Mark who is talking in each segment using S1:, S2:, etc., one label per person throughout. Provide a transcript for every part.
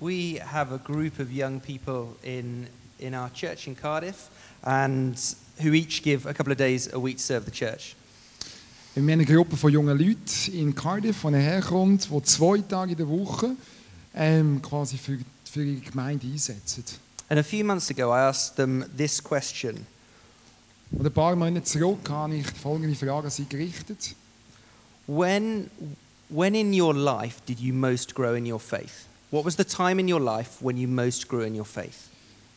S1: we have a group of young people in, in our church in Cardiff and who each give a couple of days a week to serve the church.
S2: Wir haben eine Gruppe von jungen Leuten in Cardiff, die herkommt, die zwei Tage in der Woche ähm, quasi für, für ihre Gemeinde einsetzen.
S1: And a few months ago, I asked them this question
S2: Und ein paar Monate zurück habe ich folgende Frage an sie gerichtet.
S1: when, when in your life did you most grow in your faith? What was the time in your life when you most grew in your faith?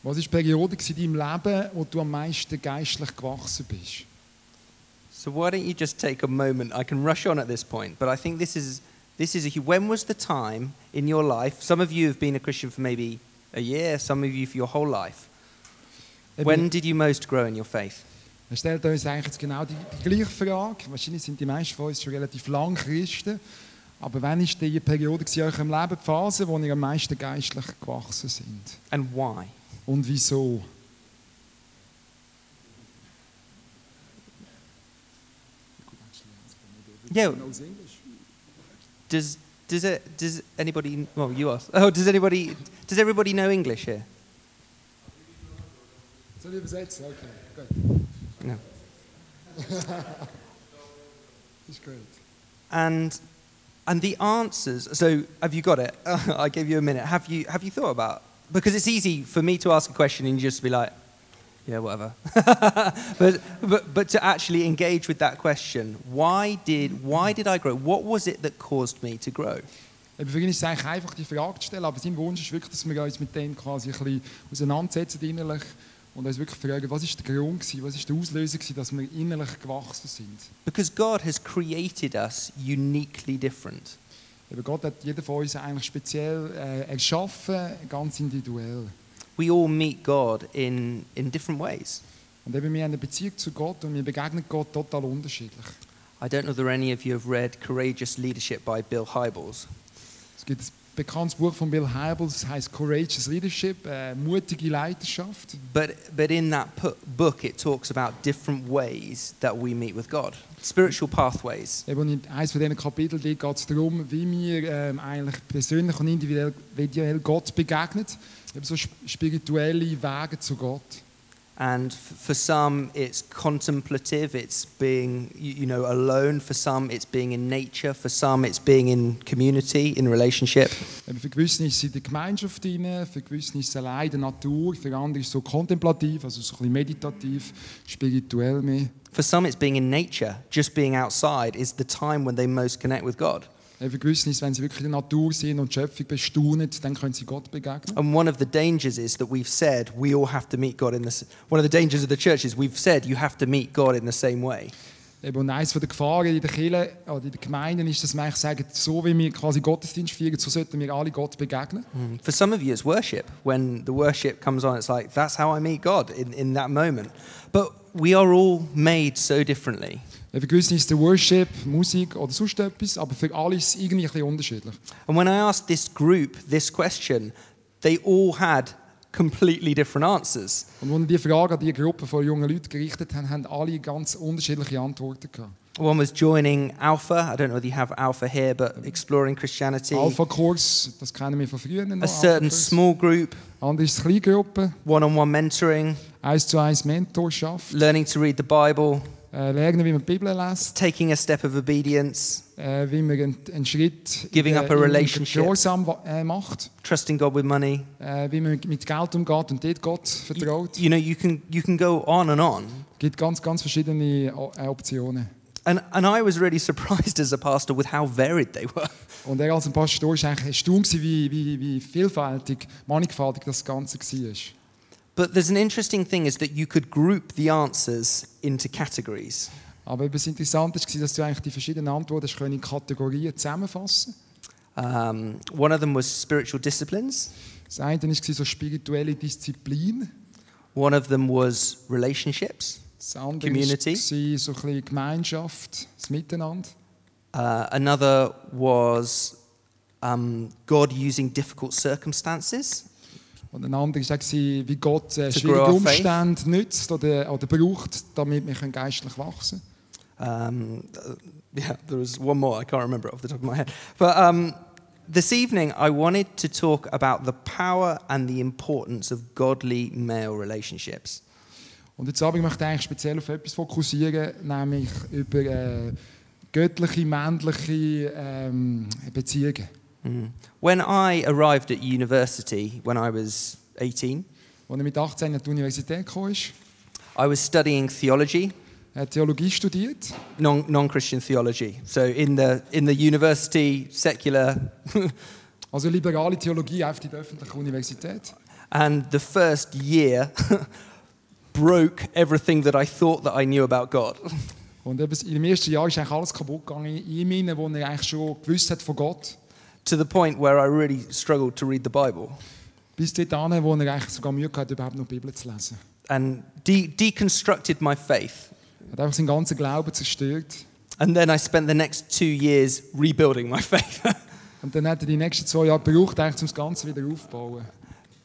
S2: Was war die Periode in deinem Leben, wo du am meisten geistlich gewachsen bist?
S1: So why don't you just take a moment? I can rush on at this point, but I think this is this is a, hu- when was the time in your life? Some of you have been a Christian for maybe a year, some of you for your whole life.
S2: Eben,
S1: When did you most grow in your faith?
S2: Er stellt uns eigentlich jetzt genau die, die gleiche Frage. Wahrscheinlich sind die meisten von uns schon relativ lang Christen. Aber wann war die Periode in eurem Leben, die Phase, wo ihr am meisten geistlich gewachsen sind?
S1: And why?
S2: Und wieso?
S1: Yeah. Does does it does anybody well you ask. Oh, does anybody does everybody know English here?
S2: Soll ich übersetzen? Okay, gut.
S1: No.
S2: Ist gut.
S1: And and the answers so have you got it? I gave you a minute. Have you have you thought about because it's easy for me to ask a question and you just be like yeah, whatever. but, but, but to actually engage with that question, why did, why did I grow? What was it that caused me to grow?
S2: Eben für ihn ist es eigentlich einfach, die Frage zu stellen, aber sein Wunsch ist wirklich, dass wir uns mit dem quasi ein bisschen auseinandersetzen innerlich und uns wirklich fragen, was ist der Grund gewesen, was ist der Auslöser gewesen, dass wir innerlich gewachsen sind.
S1: Because God has created us uniquely different.
S2: Eben Gott hat jeden von uns eigentlich speziell äh, erschaffen, ganz individuell.
S1: We all meet God in, in different ways.
S2: Und eben, wir haben eine Beziehung zu Gott und wir begegnen Gott total unterschiedlich.
S1: I don't know whether any of you have read Courageous Leadership by Bill Hybels.
S2: Es gibt ein bekanntes Buch von Bill Hybels, das heißt Courageous Leadership, äh, mutige Leiterschaft.
S1: But, but in that pu- book, it talks about different ways that we meet with God, spiritual pathways.
S2: Eben in eines von diesen Kapiteln geht es darum, wie wir ähm, eigentlich persönlich und individuell, individuell Gott begegnen. Eben so sp- spirituelle Wege zu Gott.
S1: And f- for some, it's contemplative, it's being, you you know, alone. For some, it's being in nature. For some, it's being in community, in relationship.
S2: Eben für gewisse ist es in der Gemeinschaft drin, für gewisse ist es allein in der Natur, für andere ist es so kontemplativ, also so ein bisschen meditativ, spirituell mehr.
S1: For some, it's being in nature. Just being outside is the time when they most connect with God.
S2: Eben für gewisse ist, wenn sie wirklich in der Natur sind und die Schöpfung bestaunen, dann können sie Gott begegnen.
S1: And one of the dangers is that we've said we all have to meet God in this. One of the dangers of the church is we've said you have to meet God in the same way.
S2: Eben, und eines von der Gefahren in der Kirche oder in den Gemeinden ist, dass man eigentlich sagt, so wie wir quasi Gottesdienst feiern, so sollten wir alle Gott begegnen.
S1: For some of you, it's worship. When the worship comes on, it's like, that's how I meet God in, in that moment. But we are all made so differently.
S2: Ja, Für gewisse ist der Worship, Musik oder sonst etwas, aber für alle ist es irgendwie ein bisschen unterschiedlich.
S1: And when I asked this group this question, they all had completely different answers.
S2: Und als wir die Frage an die Gruppe von jungen Leuten gerichtet haben, haben alle ganz unterschiedliche Antworten gehabt.
S1: One was joining Alpha. I don't know whether you have Alpha here, but exploring Christianity.
S2: Alpha-Kurs, das kennen wir von früher noch.
S1: A certain
S2: Alpha-Kurs.
S1: small group,
S2: Andere ist Kleingruppe,
S1: one on one mentoring,
S2: 1 zu 1 Mentorschaft,
S1: learning to read the Bible,
S2: äh, lernen, wie man die Bibel lässt,
S1: taking a step of obedience,
S2: äh, wie man einen, einen Schritt
S1: Giving up a
S2: in
S1: relationship.
S2: Gehorsam wa- äh, macht,
S1: trusting God with money.
S2: äh, wie man mit Geld umgeht und dort Gott vertraut.
S1: You know, you can, you can go on and on.
S2: Es gibt ganz, ganz verschiedene O- äh, Optionen.
S1: And, and I was really surprised as a pastor with how varied they were.
S2: Und er als ein Pastor war eigentlich erstaunt, gewesen, wie, wie, wie vielfältig, mannigfaltig das Ganze war.
S1: But there's an interesting thing is that you could group the answers into categories.
S2: Aber das Interessante war, dass du eigentlich die verschiedenen Antworten hast können in Kategorien zusammenfassen
S1: Um, one of them was spiritual disciplines.
S2: Das eine war so spirituelle Disziplin.
S1: One of them was relationships.
S2: Das andere
S1: Community.
S2: war so ein bisschen Gemeinschaft, das Miteinander.
S1: Uh, another was um, God using difficult circumstances.
S2: Und ein anderes war, wie Gott äh,
S1: To
S2: schwierige
S1: grow our faith.
S2: Umstände nützt oder, oder braucht, damit wir können geistlich wachsen können.
S1: Um, uh, yeah, there was one more I can't remember it off the top of my head. But um, this evening, I wanted to talk about the power and the importance of godly male relationships.
S2: Und jetzt Abend möchte ich eigentlich speziell auf etwas fokussieren, nämlich über äh, göttliche, männliche ähm, Beziehungen.
S1: Hmm. When I arrived at university when I was 18,
S2: Als er mit 18 an die Universität gekommen ist,
S1: I was studying theology,
S2: er hat Theologie studiert,
S1: non- non-Christian theology. So in the in the university secular,
S2: also liberale Theologie auf der öffentlichen Universität.
S1: and the first year broke everything that I thought that I knew about God.
S2: Und eben im ersten Jahr ist eigentlich alles kaputt gegangen in ihm, hinein, wo er eigentlich schon gewusst hat von Gott.
S1: to the point where I really struggled to read the Bible.
S2: Bis dahin, wo er eigentlich sogar Mühe hatte, überhaupt noch die Bibel zu lesen.
S1: and de- deconstructed my faith.
S2: Er hat einfach seinen ganzen Glauben zerstört.
S1: And then I spent the next two years rebuilding my faith.
S2: Und dann hat er die nächsten zwei Jahre gebraucht, eigentlich, um das Ganze wieder aufzubauen.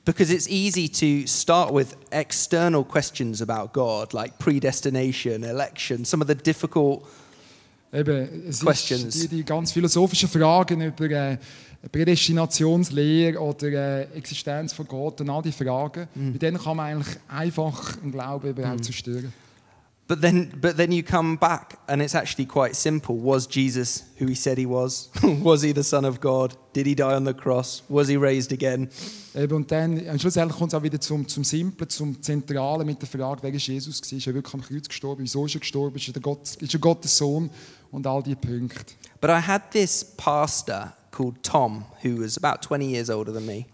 S1: because it's easy to start with external questions about God, like predestination, election, some of the difficult.
S2: Eben, es
S1: Questions.
S2: ist die, die ganz philosophischen Fragen über äh, Prädestinationslehre oder äh, Existenz von Gott und all die Fragen, mit denen kann man eigentlich einfach einen Glauben überhaupt zerstören.
S1: But then, but then you come back, and it's actually quite simple. Was Jesus who he said he was? was he the Son of God? Did he die on the cross? Was he raised again?
S2: Eben, und dann äh, schlussendlich kommt es auch wieder zum, zum Simplen, zum Zentralen mit der Frage, wer ist Jesus gewesen? Ist er wirklich am Kreuz gestorben? Wieso ist er gestorben? Ist er, der Gott, ist er Gottes Sohn? Und all diese Punkte.
S1: But I had this pastor called Tom, who was about 20 years older than me.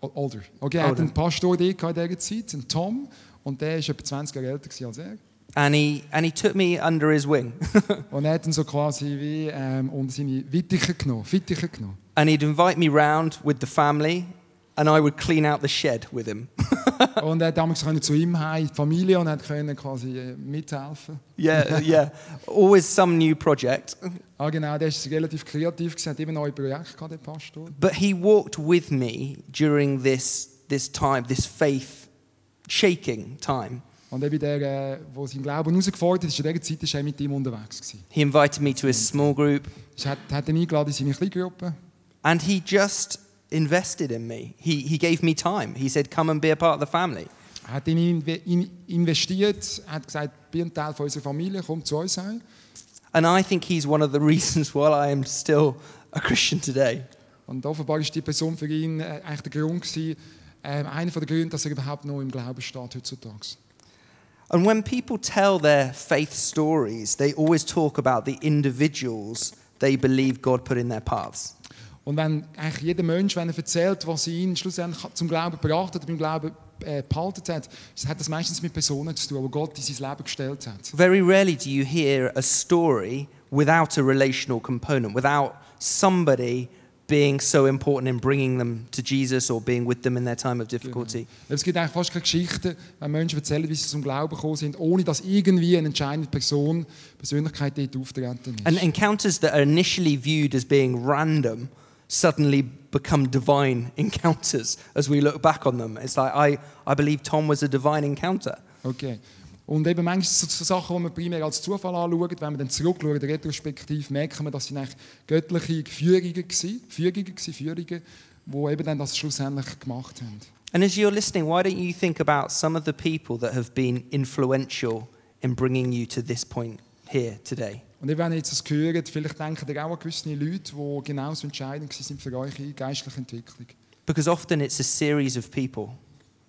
S2: O- Older. Okay, er hat
S1: Older.
S2: einen Pastor dort gehabt in dieser Zeit, einen Tom, und der war etwa 20 Jahre älter gewesen als er.
S1: and he and he took me under his wing
S2: Und er hat ihn so quasi wie ähm, unter seine Wittiche genommen, Fittiche genommen.
S1: and he'd invite me round with the family and I would clean out the shed with him.
S2: Und er hat damals können zu ihm heim, in die Familie, und hat können quasi äh, mithelfen.
S1: Yeah, yeah. Always some new project.
S2: Ah genau, der ist relativ kreativ, gewesen, hat immer neue Projekte gehabt, der Pastor.
S1: But he walked with me during this this time, this faith shaking time.
S2: Und eben der, äh, wo sein Glauben herausgefordert ist, in dieser Zeit ist er mit ihm unterwegs gewesen.
S1: He invited me to his small group
S2: Er hat, hat ihn eingeladen in seine Kleingruppe.
S1: and he just invested in me. He he gave me time. He said, Come and be a part of the family.
S2: hat in ihn inve- in investiert, hat gesagt, bin ein Teil von unserer Familie, komm zu uns heim.
S1: And I think he's one of the reasons why I am still a Christian today.
S2: Und offenbar ist die Person für ihn äh, eigentlich der Grund gewesen, äh, einer der Gründe, dass er überhaupt noch im Glauben steht heutzutage.
S1: And when people tell their faith stories, they always talk about the individuals they believe God put in their paths.
S2: Und wenn eigentlich jeder Mensch, wenn er erzählt, was ihn schlussendlich zum Glauben gebracht hat, beim Glauben äh, behalten hat, hat das meistens mit Personen zu tun, die Gott in sein Leben gestellt hat.
S1: Very rarely do you hear a story without a relational component, without somebody being so important in bringing them to Jesus or being with them in their time of difficulty.
S2: Es gibt eigentlich fast keine Geschichten, wenn Menschen erzählen, wie sie zum Glauben gekommen sind, ohne dass irgendwie eine entscheidende Person, Persönlichkeit dort auftreten ist.
S1: And encounters that are initially viewed as being random suddenly become divine encounters as we look back on them. It's like, I, I believe Tom was a divine encounter.
S2: Okay. Und eben manchmal so, so Sachen, die man primär als Zufall anschaut, wenn man dann zurückschaut, retrospektiv, merken wir, dass sie eigentlich göttliche Führungen waren, Führungen, waren, Führungen, die eben dann das schlussendlich gemacht haben.
S1: And as you're listening, why don't you think about some of the people that have been influential in bringing you to this point here today?
S2: Und eben, wenn ihr jetzt das hört, vielleicht denken ihr auch an gewisse Leute, die genauso entscheidend waren für eure geistliche Entwicklung.
S1: Because often it's a series of people,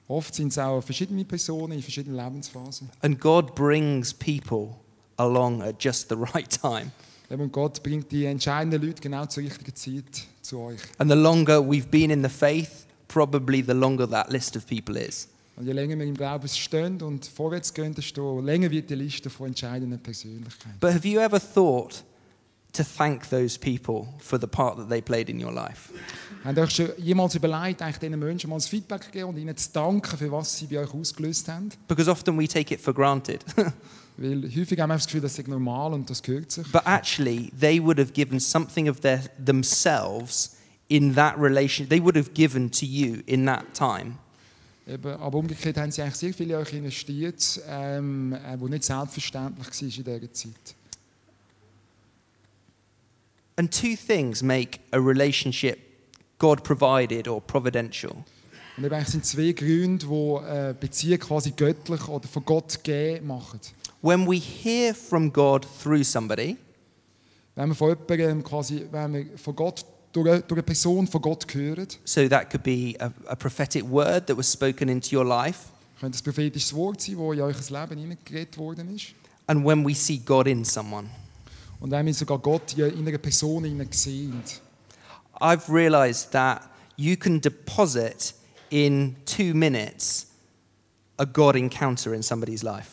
S2: Oft sind es auch verschiedene Personen in verschiedenen Lebensphasen.
S1: and God brings people along at just the right time.
S2: Eben, Und Gott bringt die entscheidenden Leute genau zur richtigen Zeit zu euch.
S1: And the longer we've been in the faith, probably the longer that list of people is.
S2: Und je länger wir im Glauben stehen und vorwärts gehen, desto länger wird die Liste von entscheidenden Persönlichkeiten.
S1: But have you ever thought to thank those people for the part that they played in your life?
S2: Habt ihr euch schon jemals überlegt, eigentlich diesen Menschen mal ein Feedback zu geben und ihnen zu danken, für was sie bei euch ausgelöst haben?
S1: Because often we take it for granted.
S2: Weil häufig haben wir das Gefühl, das ist normal und das gehört sich.
S1: But actually, they would have given something of their, themselves in that relation. They would have given to you in that time.
S2: Eben, aber umgekehrt haben sie eigentlich sehr viel in euch investiert, ähm, äh, wo nicht selbstverständlich war in dieser Zeit.
S1: Uh, And two things make a relationship God provided or providential.
S2: Und eben eigentlich sind zwei Gründe, die äh, Beziehung quasi göttlich oder von Gott gegeben machen.
S1: When we hear from God through somebody,
S2: Wenn wir von jemandem quasi, wenn wir von Gott, durch eine, durch eine Person von Gott hören,
S1: so that could be a, a prophetic word that was spoken into your life,
S2: könnte es ein prophetisches Wort sein, das in euer Leben hineingeredet worden ist.
S1: and when we see God in someone.
S2: Und wenn wir sogar Gott in in einer Person hinein sehen.
S1: I've realized that you can deposit in two minutes a God encounter in somebody's life.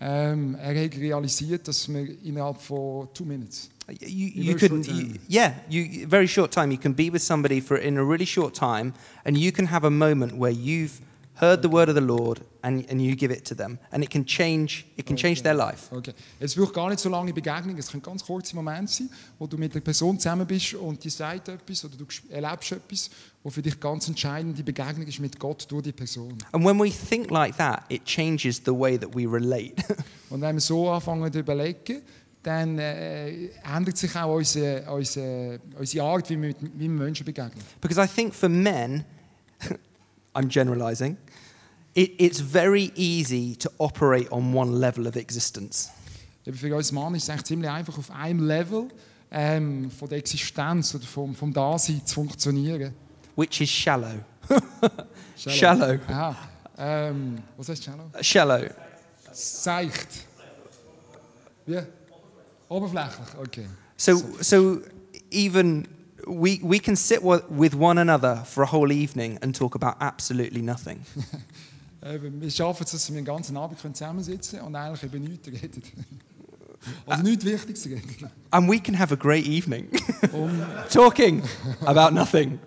S2: Ähm, er hat realisiert, dass wir innerhalb von two minutes
S1: You,
S2: In
S1: you
S2: very
S1: can,
S2: short time.
S1: you- yeah, you very short time. You can be with somebody for in a really short time, and you can have a moment where you've heard the word of the Lord and, and you give it to them, and it can change. It can change their life.
S2: Okay. Es braucht gar nicht so lange Begegnung. Es können ganz kurze Momente sein, wo du mit der Person zusammen bist und die sagt etwas oder du gespü- erlebst etwas, wo für dich ganz entscheidend die Begegnung ist mit Gott durch die Person.
S1: And when we think like that, it changes the way that we relate.
S2: Und wenn wir so anfangen zu überlegen, dann äh, ändert sich auch unsere, unsere, unsere Art, wie wir, mit, wie wir Menschen begegnen.
S1: because I think for men, I'm generalizing. It, it's very easy to operate on one level of existence.
S2: Eben Für uns Mann ist es eigentlich ziemlich einfach, auf einem Level ähm, von der Existenz oder vom, vom Dasein zu funktionieren.
S1: which is shallow. Shallow.
S2: Aha. Ähm, was heißt shallow?
S1: Shallow.
S2: Seicht. Wie? Oberflächlich, okay.
S1: So, so even we, we can sit wa- with one another for a whole evening and talk about absolutely nothing.
S2: Eben, wir schaffen es, dass wir den ganzen Abend können zusammensitzen und eigentlich über nichts reden. Also nichts Wichtiges reden.
S1: And we can have a great evening
S2: Um,
S1: talking about nothing.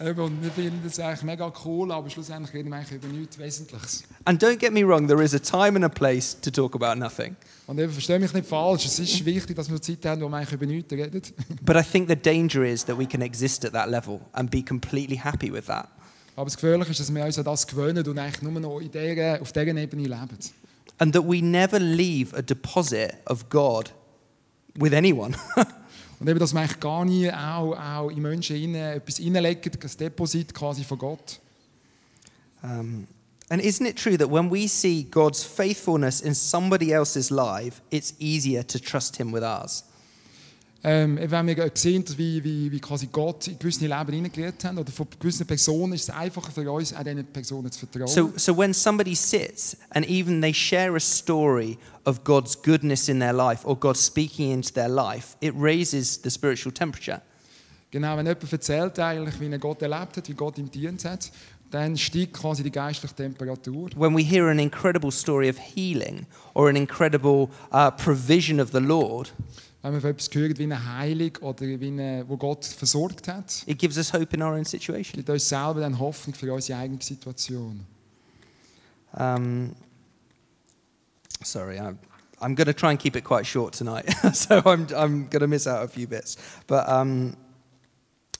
S2: eben, und wir finden das eigentlich mega cool, aber schlussendlich reden wir eigentlich über nichts Wesentliches.
S1: And don't get me wrong, there is a time and a place to talk about nothing.
S2: Und eben, verstehe mich nicht falsch, es ist wichtig, dass wir Zeit haben, wo wir eigentlich über nichts reden.
S1: But I think the danger is that we can exist at that level and be completely happy with that.
S2: Aber das Gefährliche ist, dass wir uns an das gewöhnen und eigentlich nur noch in dieser, auf dieser Ebene leben.
S1: And that we never leave a deposit of God with anyone.
S2: Und eben, dass wir eigentlich gar nie auch, auch in Menschen rein, etwas reinlegen, das Deposit quasi von Gott.
S1: Um, and isn't it true that when we see God's faithfulness in somebody else's life, it's easier to trust Him with ours?
S2: Ähm, eben, wenn wir sehen, wie, wie, wie quasi Gott in gewisse Leben hineingelegt hat oder von gewissen Personen, ist es einfacher für uns, auch diesen Personen zu vertrauen.
S1: So, so when somebody sits and even they share a story of God's goodness in their life or God speaking into their life, it raises the spiritual temperature.
S2: Genau, wenn jemand erzählt, eigentlich, wie er Gott erlebt hat, wie Gott ihm dient hat, dann steigt quasi die geistliche Temperatur.
S1: When we hear an incredible story of healing or an incredible uh, provision of the Lord,
S2: Wenn wir von etwas hören, wie eine Heilung oder wie eine, wo Gott versorgt hat,
S1: it gives us hope in our own situation.
S2: gibt uns selber dann Hoffnung für unsere eigene Situation.
S1: Um, sorry, I'm, I'm going to try and keep it quite short tonight, so I'm, I'm going to miss out a few bits. But um,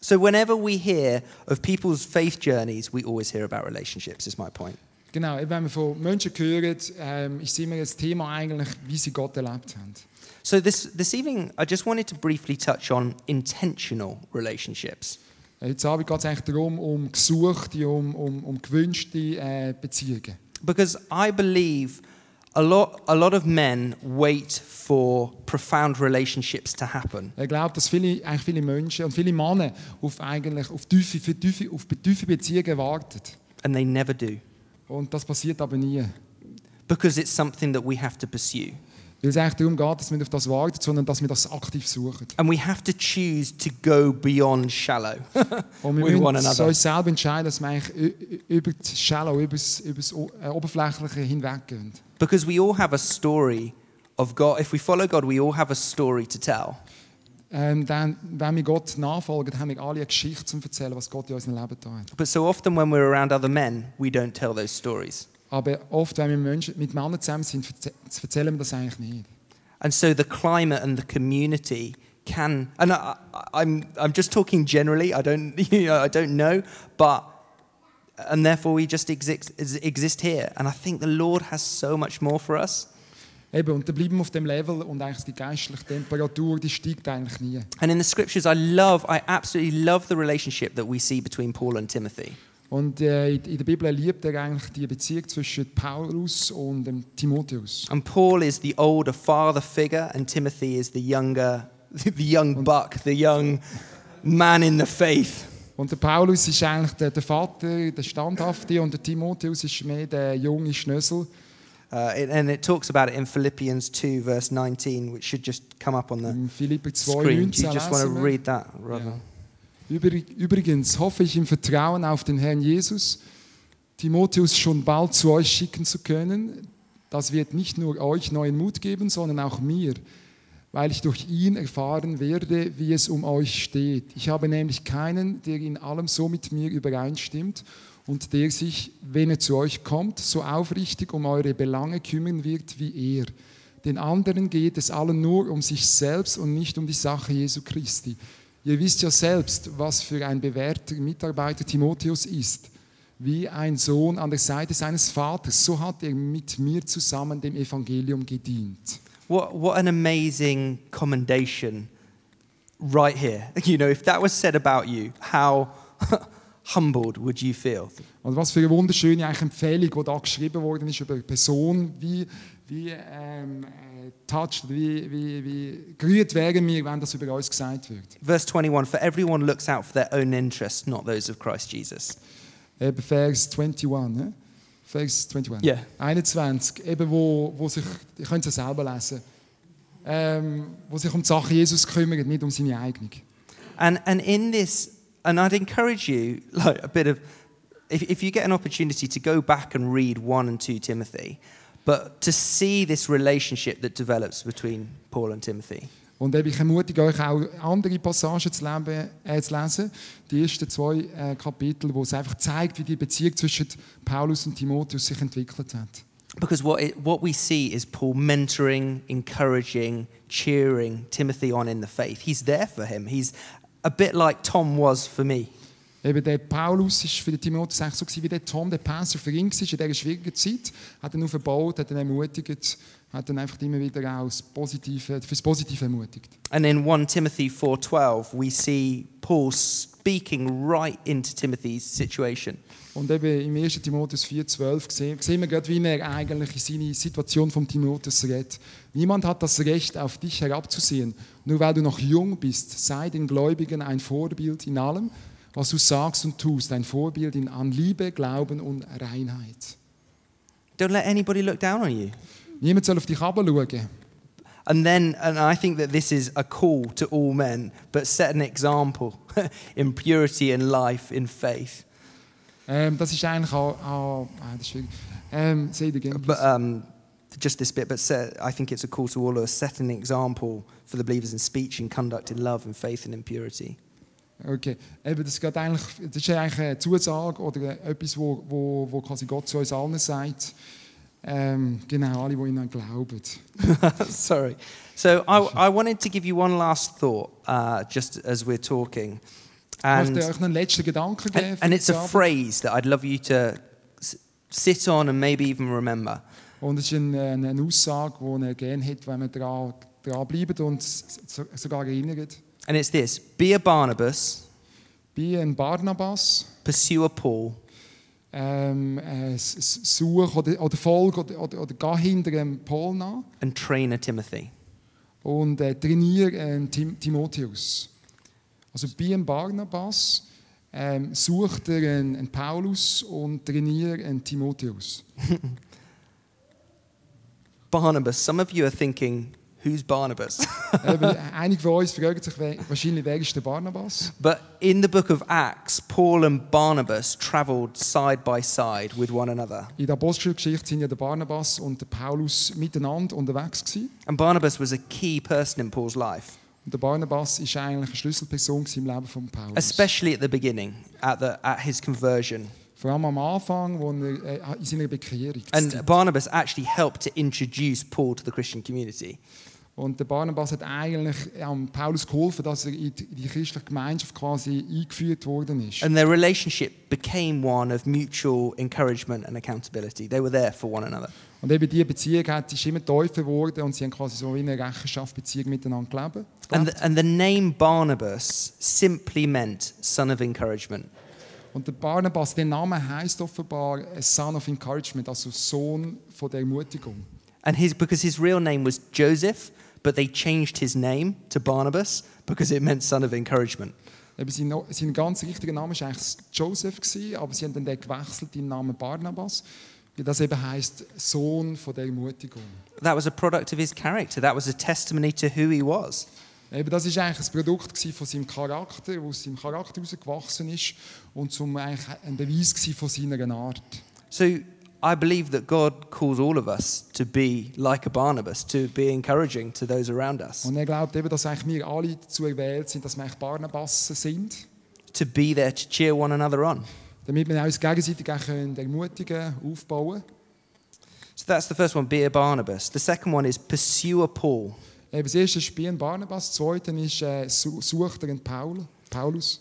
S1: so, whenever we hear of people's faith journeys, we always hear about relationships, is my point.
S2: Genau, eben wenn wir von Menschen hören, ähm, ist immer das Thema eigentlich, wie sie Gott erlebt haben.
S1: So, this, this evening, I just wanted to briefly touch on intentional relationships.
S2: Äh, Heute Abend geht es eigentlich darum, um gesuchte, um, um, um gewünschte äh, Beziehungen.
S1: Because I believe a lot, a lot of men wait for profound relationships to happen.
S2: Ich glaube, dass viele, eigentlich viele Menschen und viele Männer auf, eigentlich auf, tiefe, für tiefe, auf tiefe Beziehungen warten.
S1: And they never do,
S2: Und das passiert aber nie.
S1: because it's something that we have to pursue.
S2: Weil es eigentlich darum geht, dass wir nicht auf das warten, sondern dass wir das aktiv suchen.
S1: And we have to choose to go beyond shallow.
S2: Und wir
S1: We want
S2: müssen
S1: another.
S2: uns selber entscheiden, dass wir eigentlich ü- ü- über das Shallow, über das, über das O- äh, Oberflächliche hinweggehen.
S1: because we all have a story of God. If we follow God, we all have a story to tell.
S2: Ähm, dann, wenn wir Gott nachfolgen, haben wir alle eine Geschichte zu erzählen, was Gott in unserem Leben getan hat.
S1: But so often when we're around other men, we don't tell those stories.
S2: Aber oft, wenn wir Menschen, mit Männern zusammen sind, verze- erzählen wir das eigentlich nicht.
S1: And so the climate and the community can. And I, I- I'm, I'm just talking generally, I don't, you know, I don't know, but. And therefore, we just exist, exist here. And I think the Lord has so much more for us.
S2: Eben, und dann bleiben wir auf dem Level und eigentlich die geistliche Temperatur, die steigt eigentlich nie.
S1: And in the scriptures, I love, I absolutely love the relationship that we see between Paul and Timothy.
S2: Und äh, in in der Bibel liebt er eigentlich die Beziehung zwischen Paulus und ähm, Timotheus.
S1: And Paul is the older father figure, and Timothy is the younger, the young buck, the young man in the faith.
S2: Und der Paulus ist eigentlich der, der Vater, der Standhafte, und der Timotheus ist mehr der junge Schnösel.
S1: Uh, it, and it talks about it in Philippians 2, verse 19, which should just come up on the
S2: Im Philipper 2,
S1: screen. Do you
S2: 19
S1: just want to
S2: lesen wir.
S1: read that rather?
S2: Ja. Übrig- Übrigens hoffe ich im Vertrauen auf den Herrn Jesus, Timotheus schon bald zu euch schicken zu können. Das wird nicht nur euch neuen Mut geben, sondern auch mir, weil ich durch ihn erfahren werde, wie es um euch steht. Ich habe nämlich keinen, der in allem so mit mir übereinstimmt und der sich, wenn er zu euch kommt, so aufrichtig um eure Belange kümmern wird wie er. Den anderen geht es allen nur um sich selbst und nicht um die Sache Jesu Christi. Ihr wisst ja selbst, was für ein bewährter Mitarbeiter Timotheus ist. Wie ein Sohn an der Seite seines Vaters, so hat er mit mir zusammen dem Evangelium gedient.
S1: What, what an amazing commendation right here. You know, if that was said about you, how humbled would you feel?
S2: Und Also was für eine wunderschöne eigentlich Empfehlung, die da geschrieben worden ist über eine Person, wie, wie ähm, äh, touched, wie, wie, wie gerührt wären wir, wenn das über uns gesagt wird.
S1: Verse 21 For everyone looks out for their own interests, not those of Christ Jesus.
S2: Eben Vers 21, ne? Vers 21.
S1: Ja.
S2: 21, eben wo, wo sich, ihr könnt es ja selber lesen, ähm, wo sich um die Sache Jesus kümmert, nicht um seine eigene.
S1: And, and in this, and I'd encourage you, like a bit of, if, if you get an opportunity to go back and read 1 and 2 Timothy, but to see this relationship that develops between Paul and Timothy.
S2: Und eben, ich ermutige euch auch, andere Passagen zu, leben, äh, zu lesen. Die ersten zwei äh, Kapitel, wo es einfach zeigt, wie die Beziehung zwischen Paulus und Timotheus sich entwickelt hat.
S1: Because what, it, what we see is Paul mentoring, encouraging, cheering Timothy on in the faith. He's there for him. He's a bit like Tom was for me.
S2: Eben der Paulus ist für den Timotheus eigentlich so gewesen, wie der Tom, der Pastor für ihn war in dieser schwierigen Zeit. Hat ihn aufgebaut, hat ihn ermutigt, hat ihn einfach immer wieder auch das Positive, fürs Positive ermutigt.
S1: And in 1 Timothy 4:12, we see Paul speaking right into Timothy's situation.
S2: Und eben im 1. Timotheus 4,12 sehen, sehen wir gerade, wie er eigentlich in seine Situation vom Timotheus redet. Niemand hat das Recht, auf dich herabzusehen. Nur weil du noch jung bist, sei den Gläubigen ein Vorbild in allem, was du sagst und tust. Ein Vorbild in, an Liebe, Glauben und Reinheit.
S1: Don't let anybody look down on you.
S2: Niemand soll auf dich herabschauen.
S1: And then, and I think that this is a call to all men, but set an example in purity in life, in faith.
S2: Ähm, das ist eigentlich auch... auch ah, das ist schwierig. Ähm, say it again,
S1: But um, just this bit, but set, I think it's a call to all of us, set an example for the believers in speech, in conduct, in love, in faith, and in purity.
S2: Okay, eben, das, geht eigentlich, das ist eigentlich eine Zusage oder äh, etwas, wo, wo, wo quasi Gott zu uns allen sagt. Ähm, genau, alle, die ihn dann glauben.
S1: Sorry. So I, I wanted to give you one last thought uh, just as we're talking.
S2: ich
S1: And,
S2: möchte euch noch einen letzten Gedanken geben.
S1: and,
S2: für
S1: and
S2: heute
S1: it's a
S2: Abend.
S1: phrase that I'd love you to s- sit on and maybe even remember.
S2: und es ist eine, eine eine Aussage, die er gerne hat, wenn man daran dran bleibt und s- so- sogar erinnert.
S1: And it's this Be a Barnabas,
S2: Bei ein Barnabas,
S1: pursue a Paul,
S2: ähm, äh, s- s- such oder, oder folge oder, oder, oder geh hinter einem Paul nach
S1: and train a Timothy.
S2: und äh, trainiere ähm, Tim Timotheus. Also bei einem Barnabas ähm, sucht er einen, einen Paulus und trainiert einen Timotheus.
S1: Barnabas, some of you are thinking, Who's Barnabas?
S2: Eben, Äh, einige von uns fragen sich we- wahrscheinlich, wer ist der Barnabas?
S1: But in the book of Acts, Paul and Barnabas traveled side by side with one another.
S2: In der Apostelgeschichte sind ja der Barnabas und der Paulus miteinander unterwegs gewesen.
S1: And Barnabas was a key person in Paul's life,
S2: Und der Barnabas ist eigentlich eine Schlüsselperson gewesen im Leben von Paulus.
S1: especially at the beginning, at, the, at his conversion.
S2: Vor allem am Anfang, wo er äh, in seiner Bekehrung.
S1: And Barnabas actually helped to introduce Paul to the Christian community.
S2: Und der Barnabas hat eigentlich ähm, Paulus geholfen, dass er in die, in die christliche Gemeinschaft quasi eingeführt worden ist.
S1: And their relationship became one of mutual encouragement and accountability. They were there for one another.
S2: Und eben diese Beziehung hat, ist immer tiefer geworden und sie haben quasi so wie eine Rechenschaftsbeziehung miteinander gelebt.
S1: And the, and the name Barnabas simply meant son of encouragement.
S2: Und der Barnabas, der Name heißt offenbar äh, Son of Encouragement, also Sohn von der Ermutigung.
S1: And his, because his real name was Joseph, but they changed his name to Barnabas because it meant son of encouragement.
S2: Eben sein, no- sein ganz richtiger Name war eigentlich Joseph, gewesen, aber sie haben dann den gewechselt in den Namen Barnabas, weil das eben heißt Sohn von der Ermutigung.
S1: That was a product of his character. That was a testimony to who he was.
S2: Eben das ist eigentlich ein Produkt gewesen von seinem Charakter, wo aus seinem Charakter herausgewachsen ist und zum eigentlich ein Beweis gewesen von seiner Art.
S1: So I believe that God calls all of us to be like a Barnabas, to be encouraging to those around us,
S2: Und er glaubt eben, dass eigentlich wir alle dazu erwählt sind, dass wir eigentlich Barnabassen sind,
S1: to be there to cheer one another on.
S2: damit wir uns gegenseitig auch können ermutigen, aufbauen.
S1: So that's the first one, be a Barnabas. The second one is pursue a Paul.
S2: Eben das erste ist Bien Barnabas, das zweite ist äh, su- sucht er einen Paul, Paulus.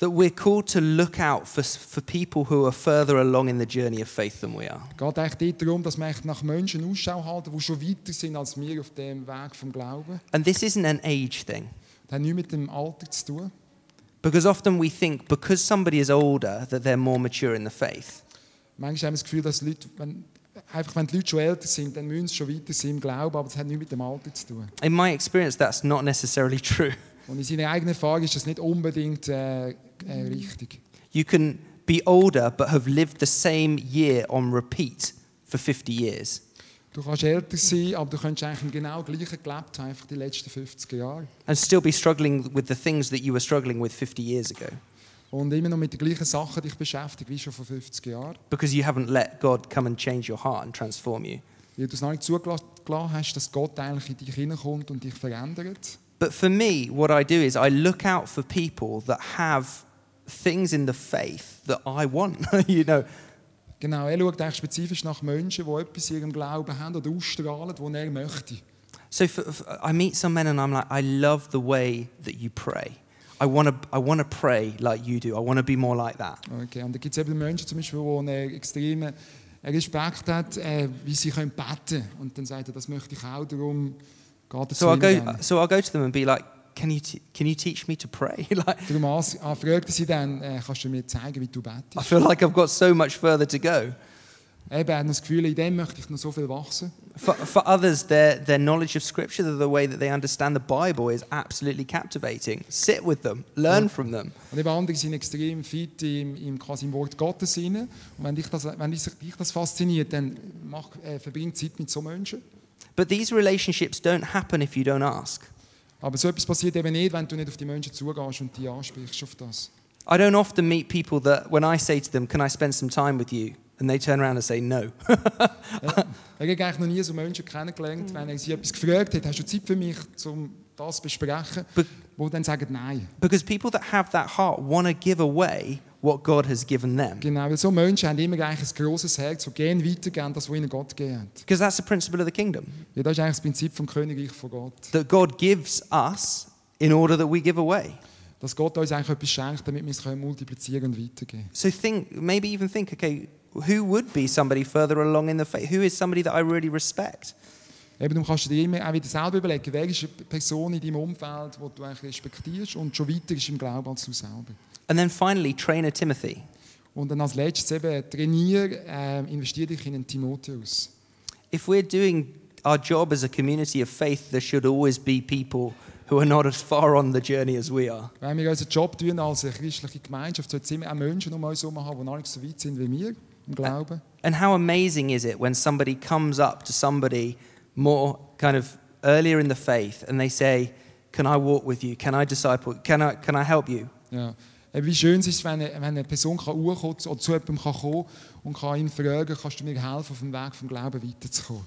S1: That we're called to look out for, for people who are further along in the journey of faith than we are.
S2: Es geht eigentlich dort darum, dass wir eigentlich nach Menschen Ausschau halten, die schon weiter sind als wir auf dem Weg vom Glauben.
S1: And this isn't an age thing.
S2: Das hat nichts mit dem Alter zu tun.
S1: Because often we think because somebody is older that they're more mature in the faith.
S2: Manchmal haben wir das Gefühl, dass Leute, wenn, einfach wenn die Leute schon älter sind, dann müssen sie schon weiter sein im Glauben, aber das hat nichts mit dem Alter zu tun.
S1: In my experience, that's not necessarily true.
S2: Und in seiner eigenen Erfahrung ist das nicht unbedingt äh, äh, richtig.
S1: You can be older but have lived the same year on repeat for 50 years.
S2: Du kannst älter sein, aber du könntest eigentlich im genau gleichen gelebt haben, einfach die letzten 50 Jahre.
S1: And still be struggling with the things that you were struggling with 50 years ago
S2: Und immer noch mit den gleichen Sachen dich beschäftigen wie schon vor 50 Jahren.
S1: because you haven't let God come and change your heart and transform you.
S2: Weil du es noch nicht zugelassen hast, dass Gott eigentlich in dich hineinkommt und dich verändert.
S1: But for me, what I do is I look out for people that have things in the faith that I want. you know,
S2: Genau, er schaut eigentlich spezifisch nach Menschen, die etwas in ihrem Glauben haben oder ausstrahlen, das er möchte.
S1: So for, for, I meet some men and I'm like, I love the way that you pray. I want to I want to pray like you do. I want to be more like that.
S2: Okay, und da gibt es eben Menschen zum Beispiel, die einen extremen Respekt hat, äh, wie sie können beten können. Und dann sagt er, das möchte ich auch, darum geht es
S1: So I
S2: ihnen
S1: go
S2: dann.
S1: so I'll go to them and be like, can you t- can you teach me to pray? like
S2: Darum ans- ah, fragt er sie dann, äh, kannst du mir zeigen, wie du
S1: I
S2: betest?
S1: feel like I've got so much further to go.
S2: Eben, er hat noch das Gefühl, in dem möchte ich noch so viel wachsen.
S1: For, for others, their their knowledge of scripture, the- the way that they understand the Bible, is absolutely captivating. Sit with them, learn from them.
S2: Und eben andere sind extrem fit im, im, quasi im Wort Gottes hinein. Und wenn dich das, wenn dich, dich das fasziniert, dann mach, äh, verbring Zeit mit so Menschen.
S1: But these relationships don't happen if you don't ask.
S2: Aber so etwas passiert eben nicht, wenn du nicht auf die Menschen zugehst und die ansprichst auf das.
S1: I don't often meet people that, when I say to them, Can I spend some time with you? and they turn around and say no.
S2: Er hat eigentlich noch nie so Menschen kennengelernt, wenn er sie etwas gefragt hat, hast du Zeit für mich, um das zu besprechen,
S1: Be-
S2: wo dann sagen nein.
S1: Because people that have that heart want to give away what God has given them.
S2: Genau, weil so Menschen haben immer eigentlich ein grosses Herz, so gehen weitergeben, das, was ihnen Gott gegeben hat.
S1: Because that's the principle of the kingdom
S2: Ja, das ist eigentlich das Prinzip vom Königreich von Gott.
S1: that God gives us in order that we give away.
S2: Dass Gott uns eigentlich etwas schenkt, damit wir es können multiplizieren und weitergeben.
S1: So think, maybe even think, okay, who would be somebody further along in the faith? Who is somebody that I really respect?
S2: Eben, darum kannst du dir immer auch wieder selber überlegen, wer ist eine Person in deinem Umfeld, die du eigentlich respektierst und schon weiter ist im Glauben als du selber.
S1: And then finally, trainer Timothy.
S2: Und dann als letztes eben, trainier, äh, investier dich in einen Timotheus.
S1: If we're doing our job as a community of faith, there should always be people who are not as far on the journey as we are.
S2: Wenn wir unseren Job tun als eine christliche Gemeinschaft, sollte es immer auch Menschen um uns herum haben, die noch nicht so weit sind wie wir im Glauben.
S1: And how amazing is it when somebody comes up to somebody more kind of earlier in the faith and they say, Can I walk with you? Can I disciple? Can I, can I help you?
S2: Ja. Eben, Wie schön es ist, wenn eine, wenn eine Person kann hochkommen kann oder zu jemandem kann kommen und kann ihn fragen, kannst du mir helfen, auf dem Weg vom Glauben weiterzukommen.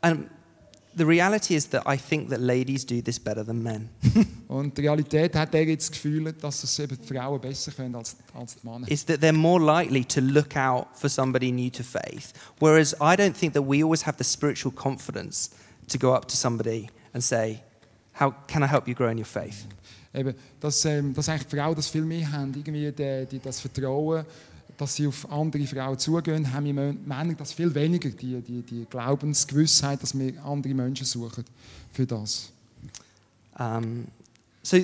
S1: And the reality is that I think that ladies do this better than men.
S2: Und die Realität hat er jetzt das Gefühl, dass das eben die Frauen besser können als, als die Männer.
S1: Is that they're more likely to look out for somebody new to faith. Whereas I don't think that we always have the spiritual confidence to go up to somebody and say, How can I help you grow in your faith?
S2: Eben, dass, ähm, dass eigentlich die Frauen das viel mehr haben, irgendwie die, die, das äh, Vertrauen, dass sie auf andere Frauen zugehen, haben wir Mön- Männer das viel weniger, die, die, die Glaubensgewissheit, dass wir andere Menschen suchen für das.
S1: Um, so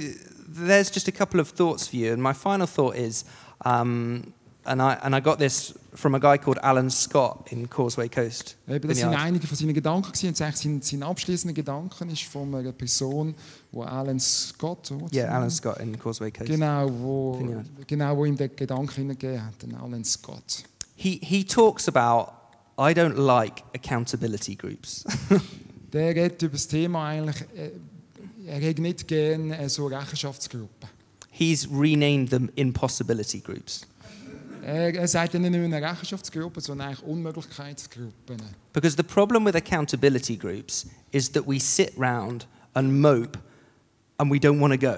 S1: there's just a couple of thoughts for you, and my final thought is, um, and I and I got this from a guy called Alan Scott in Causeway Coast.
S2: Eben, das
S1: Bin ich
S2: sind
S1: auch.
S2: einige von seinen Gedanken. gewesen. Und eigentlich sein, sein abschließender Gedanke ist von einer Person, wo Alan Scott, oder?
S1: Yeah, Alan Scott in Causeway Coast.
S2: Genau,
S1: Finde
S2: wo, genau, wo ihm den Gedanken hineingegeben hat, den Alan Scott.
S1: He he talks about I don't like accountability groups.
S2: Der redet über das Thema eigentlich, äh, er hat nicht gerne äh, so Rechenschaftsgruppen.
S1: He's renamed them impossibility groups
S2: Äh, Er, er sagt dann nicht nur eine Rechenschaftsgruppe, sondern eigentlich Unmöglichkeitsgruppen.
S1: because the problem with accountability groups is that we sit round and mope, and we don't want to go.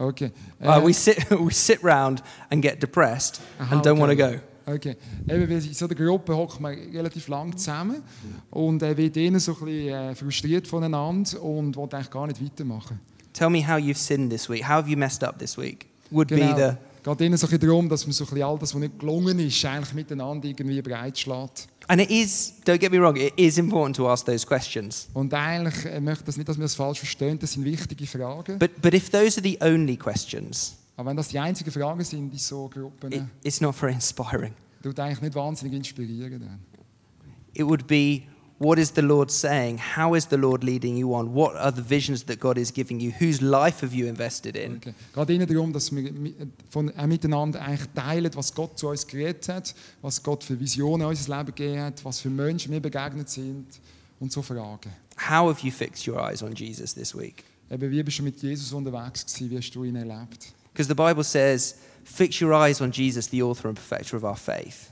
S2: Okay. Äh,
S1: Uh, we sit we sit round and get depressed
S2: Aha,
S1: and don't want to
S2: okay.
S1: go.
S2: Okay. Eben, weil in so einer Gruppe hockt man relativ lang zusammen und er wird ihnen so ein bisschen äh, frustriert voneinander und will eigentlich gar nicht weitermachen.
S1: Tell me how you've sinned this week. How have you messed up this week? Would be the
S2: Genau. Geht ihnen so ein bisschen darum, dass man so ein bisschen all das, was nicht gelungen ist, eigentlich miteinander irgendwie breitschlägt.
S1: and it is. Don't get me wrong. It is important to ask those questions.
S2: Und eigentlich äh, möchte das nicht, dass wir das falsch verstehen, das sind wichtige Fragen.
S1: But but if those are the only questions,
S2: Aber wenn das die einzigen Fragen sind in so Gruppen,
S1: it, it's not very inspiring.
S2: tut eigentlich nicht wahnsinnig inspirieren. Dann.
S1: It would be what is the Lord saying? How is the Lord leading you on? What are the visions that God is giving you? Whose life have you invested in?
S2: Okay. Geht ihnen darum, dass wir mi- von, auch miteinander eigentlich teilen, was Gott zu uns geredet hat, was Gott für Visionen in unser Leben gegeben hat, was für Menschen wir begegnet sind und so Fragen.
S1: How have you fixed your eyes on Jesus this week?
S2: Eben, wie bist du mit Jesus unterwegs gewesen? Wie hast du ihn erlebt?
S1: Because the Bible says, fix your eyes on Jesus, the author and perfecter of our faith.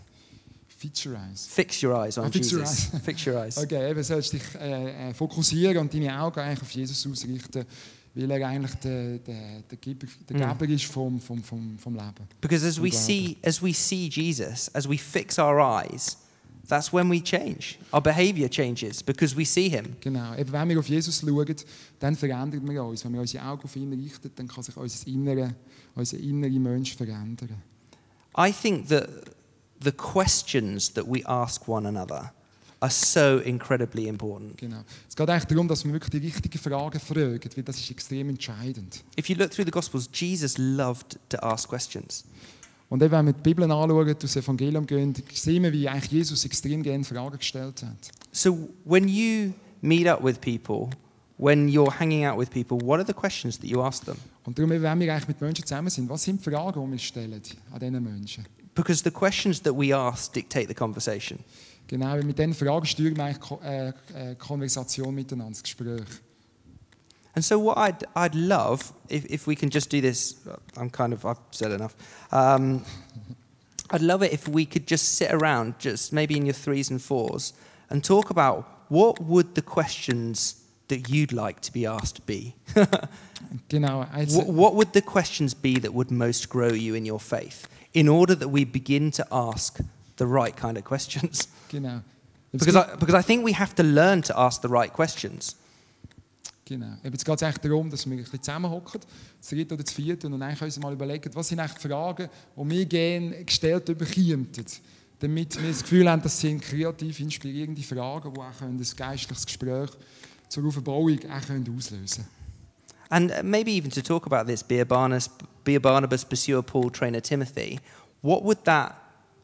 S2: Featurize.
S1: Fix your eyes on
S2: Oh, fix your
S1: Jesus. fix your eyes.
S2: Okay, eben sollst dich äh, äh, fokussieren und deine Augen eigentlich auf Jesus ausrichten, weil er eigentlich der, der, der Geber, der
S1: Mhm.
S2: Geber ist vom, vom, vom, vom Leben.
S1: Because as we
S2: Wow.
S1: see as we see Jesus, as we fix our eyes, that's when we change. Our behavior changes because we see him.
S2: Genau. Eben, wenn wir auf Jesus schauen, dann verändert man uns. Wenn wir unsere Augen auf ihn richten, dann kann sich unser innerer, unser innerer Mensch verändern.
S1: I think that the questions that we ask one another are so incredibly important.
S2: Genau. Es geht eigentlich darum, dass wir wirklich die richtigen Fragen fragen, weil das ist extrem entscheidend.
S1: If you look through the Gospels, Jesus loved to ask questions.
S2: Und eben, wenn wir die Bibel anschauen, durch das Evangelium gehen, sehen wir, wie eigentlich Jesus extrem gerne Fragen gestellt hat.
S1: So when you meet up with people, when you're hanging out with people, what are the questions that you ask them?
S2: Und darum, eben, wenn wir eigentlich mit Menschen zusammen sind, was sind die Fragen, die wir stellen an diesen Menschen?
S1: Because the questions that we ask dictate the conversation.
S2: Genau, weil mit diesen Fragen steuern wir eigentlich Ko- äh, äh, Konversation miteinander, das Gespräch.
S1: And so, what I'd, I'd love, if, if we can just do this, I'm kind of, I've said enough. Um, I'd love it if we could just sit around, just maybe in your threes and fours, and talk about what would the questions that you'd like to be asked be?
S2: Genau. also-
S1: what, what would the questions be that would most grow you in your faith in order that we begin to ask the right kind of questions?
S2: genau. Jetzt
S1: Because I, because I think we have to learn to ask the right questions.
S2: Genau. Eben, Jetzt geht es eigentlich darum, dass wir ein bisschen zusammenhocken, zu dritt oder zu viert, und dann eigentlich uns mal überlegen, was sind eigentlich die Fragen, die wir gerne gestellt bekommen, damit wir das Gefühl haben, das sind kreativ inspirierende Fragen, die auch ein geistliches Gespräch zur Aufbauung auch können auslösen
S1: And uh, maybe even to talk about this, be a Barnabas, be a Barnabas pursuer Paul, trainer Timothy. What would that?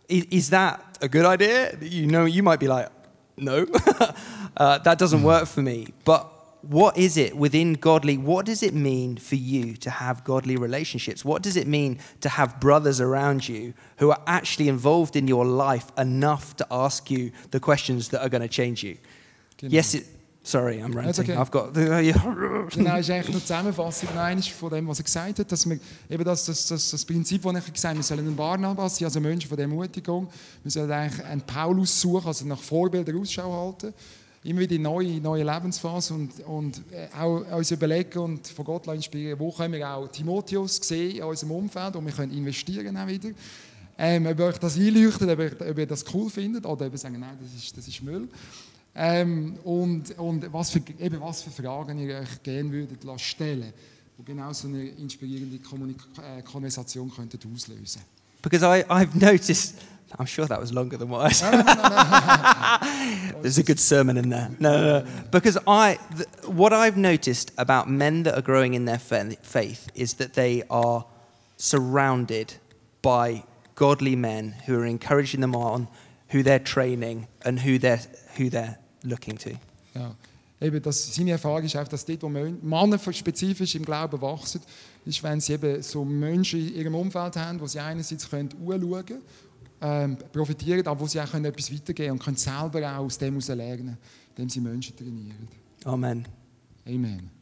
S1: Is, is that a good idea? You know, you might be like, no, uh, that doesn't work for me. But what is it within godly? What does it mean for you to have godly relationships? What does it mean to have brothers around you who are actually involved in your life enough to ask you the questions that are going to change you?
S2: Genau.
S1: Yes, it. Sorry, I'm ranting.
S2: That's okay.
S1: I've got. The,
S2: Genau, das ist eigentlich eine Zusammenfassung noch einmal von dem, was er gesagt hat, dass wir eben das, das, das, das Prinzip, das ich gesagt habe, wir sollen ein Barnabas sein, also ein Mensch von der Ermutigung, wir sollen eigentlich einen Paulus suchen, also nach Vorbildern Ausschau halten, immer wieder in neue, neue Lebensphase und, und äh, auch uns überlegen und von Gott lassen inspirieren, wo können wir auch Timotheus sehen in unserem Umfeld und wir können investieren auch wieder. Ähm, ob euch das einleuchtet, ob, euch, ob ihr das cool findet oder ob ihr sagt, nein, das ist, das ist Müll. Ähm, und und was, für, eben was für Fragen ihr euch gerne würdet lassen stellen, wo genau so eine inspirierende Kommunik äh, Konversation könntet auslösen
S1: Because I, I've noticed, I'm sure that was longer than what I said. There's a good sermon in there. No, no, no. Because I, th- what I've noticed about men that are growing in their fa- faith is that they are surrounded by godly men who are encouraging them on, who they're training, and who they're, who they're looking to.
S2: Ja. Eben das, seine Erfahrung ist auch, dass dort, wo Mön- Männer spezifisch im Glauben wachsen, ist, wenn sie eben so Menschen in ihrem Umfeld haben, wo sie einerseits können anschauen können, ähm, profitieren, aber wo sie auch können etwas weitergeben und können selber auch aus dem heraus lernen, indem sie Menschen trainieren.
S1: Amen.
S2: Amen.